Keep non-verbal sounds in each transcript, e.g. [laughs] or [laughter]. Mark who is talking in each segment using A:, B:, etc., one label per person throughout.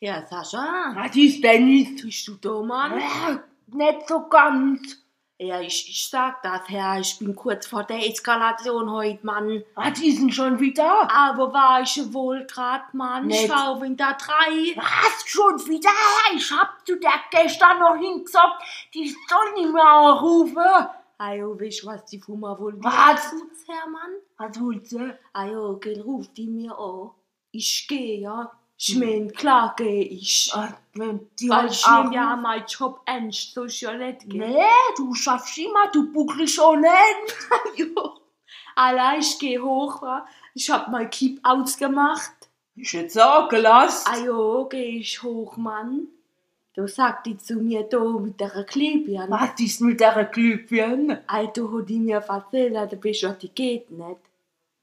A: Ja, Sascha.
B: Was ist denn nicht?
A: Bist du da, Mann?
B: Ah, Nicht so ganz.
A: Ja, ich, ich sag das, Herr. Ich bin kurz vor der Eskalation heute, Mann.
B: Was ist denn schon wieder?
A: Aber war ich wohl grad, Mann.
B: Nicht.
A: Ich war auf in der 3.
B: Was schon wieder? Ich hab zu der gestern noch hingesagt, die soll nicht mehr anrufen.
A: Ajo, weißt du, was die Fuma wohl
B: Was?
A: tut's, Herr, Mann?
B: Was wollt ihr?
A: Ajo, geh, ruf die mir an. Ich geh, ja.
B: Hm.
A: Ich mein, klar geh ich.
B: Ah, wenn die
A: Weil
B: halt
A: ich nehm ja
B: anrufen-
A: meinen Job ernst, so ist ja nicht, gell? [laughs]
B: Nee, du schaffst immer, du bucklisch ohne.
A: Jo. Allein, ich geh hoch, wa? Ich hab mein Keep ausgemacht.
B: Ich hätte auch gelassen.
A: Ajo, geh ich hoch, Mann. Du sagt die zu mir do mit der Klebjern.
B: Was ist mit der Glühbirne?
A: Alter, hat die mir erzählt, du bist was, die geht nicht.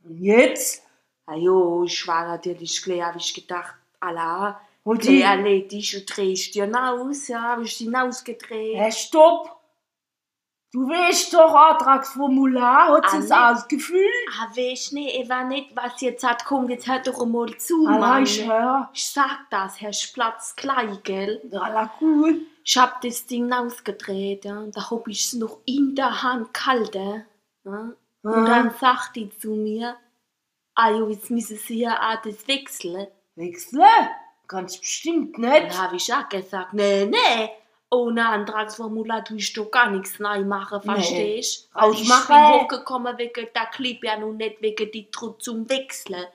B: Und jetzt?
A: Ajo, ich war natürlich klar, hab ich gedacht, Allah,
B: Und
A: die
B: die...
A: erledigt dich und drehst dir hinaus, ja, hab ich hinausgedreht.
B: Hey, stopp! Du weißt doch, Antragsformular hat
A: Ah,
B: es
A: nee.
B: ausgefüllt.
A: Ah, weißt du nicht, ich war nicht, was jetzt hat, komm, jetzt hört doch mal zu,
B: Allein
A: Mann.
B: ich höre.
A: Ich sag das, Herr Platz gleich, gell?
B: Alla gut.
A: Ich hab das Ding hinausgedreht, ja, und da hab ich's noch in der Hand kalte. Ja. Und
B: Ah.
A: dann sagt die zu mir, ah, jo, jetzt müssen sie ja auch das wechseln.
B: Wechsle? ne? Ganz bestimmt
A: Dann
B: nicht.
A: habe ich auch gesagt, nee, nee, Oh ohne Antragsformular tue ich doch gar nichts neu machen,
B: Nee. Also
A: verstehst du?
B: Raus
A: Ich
B: machen.
A: bin hochgekommen wegen der Clip ja nun nicht wegen die Truppe zum Wechseln.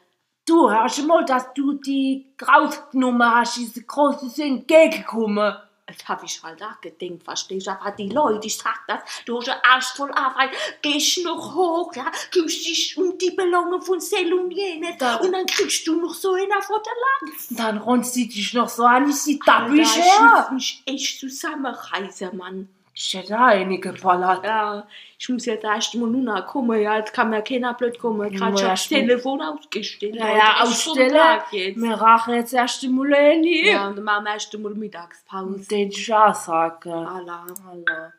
B: Du hörst mal, dass du die rausgenommen hast, diese große sind entgegengekommen.
A: Das habe ich halt auch gedacht, verstehst du? Aber die Leute, ich sag das, du hast einen Arsch voll Arbeit, gehst noch hoch, ja, kümmst dich um die Belange von Sel und jenes,
B: Da-
A: und dann kriegst du noch so einen vor der
B: Und dann ronst sie dich noch so an, ich sie da
A: Alter,
B: ich her.
A: muss mich echt zusammenreißen, Mann.
B: Ich hätte auch einige Ballert.
A: Ja, ich muss jetzt erst mal nun noch kommen, ja, jetzt kann mir keiner blöd kommen. Ich
B: Ja,
A: habe schon das
B: erst mal.
A: Telefon ausgestellt.
B: Ja,
A: Leute.
B: ja,
A: Erst
B: ausstellen.
A: vom Tag jetzt.
B: Wir rachen jetzt erst einmal hin.
A: Ja, und dann machen wir erst mal Mittagspause.
B: Und den ich auch sagen.
A: Allah.
B: Allah.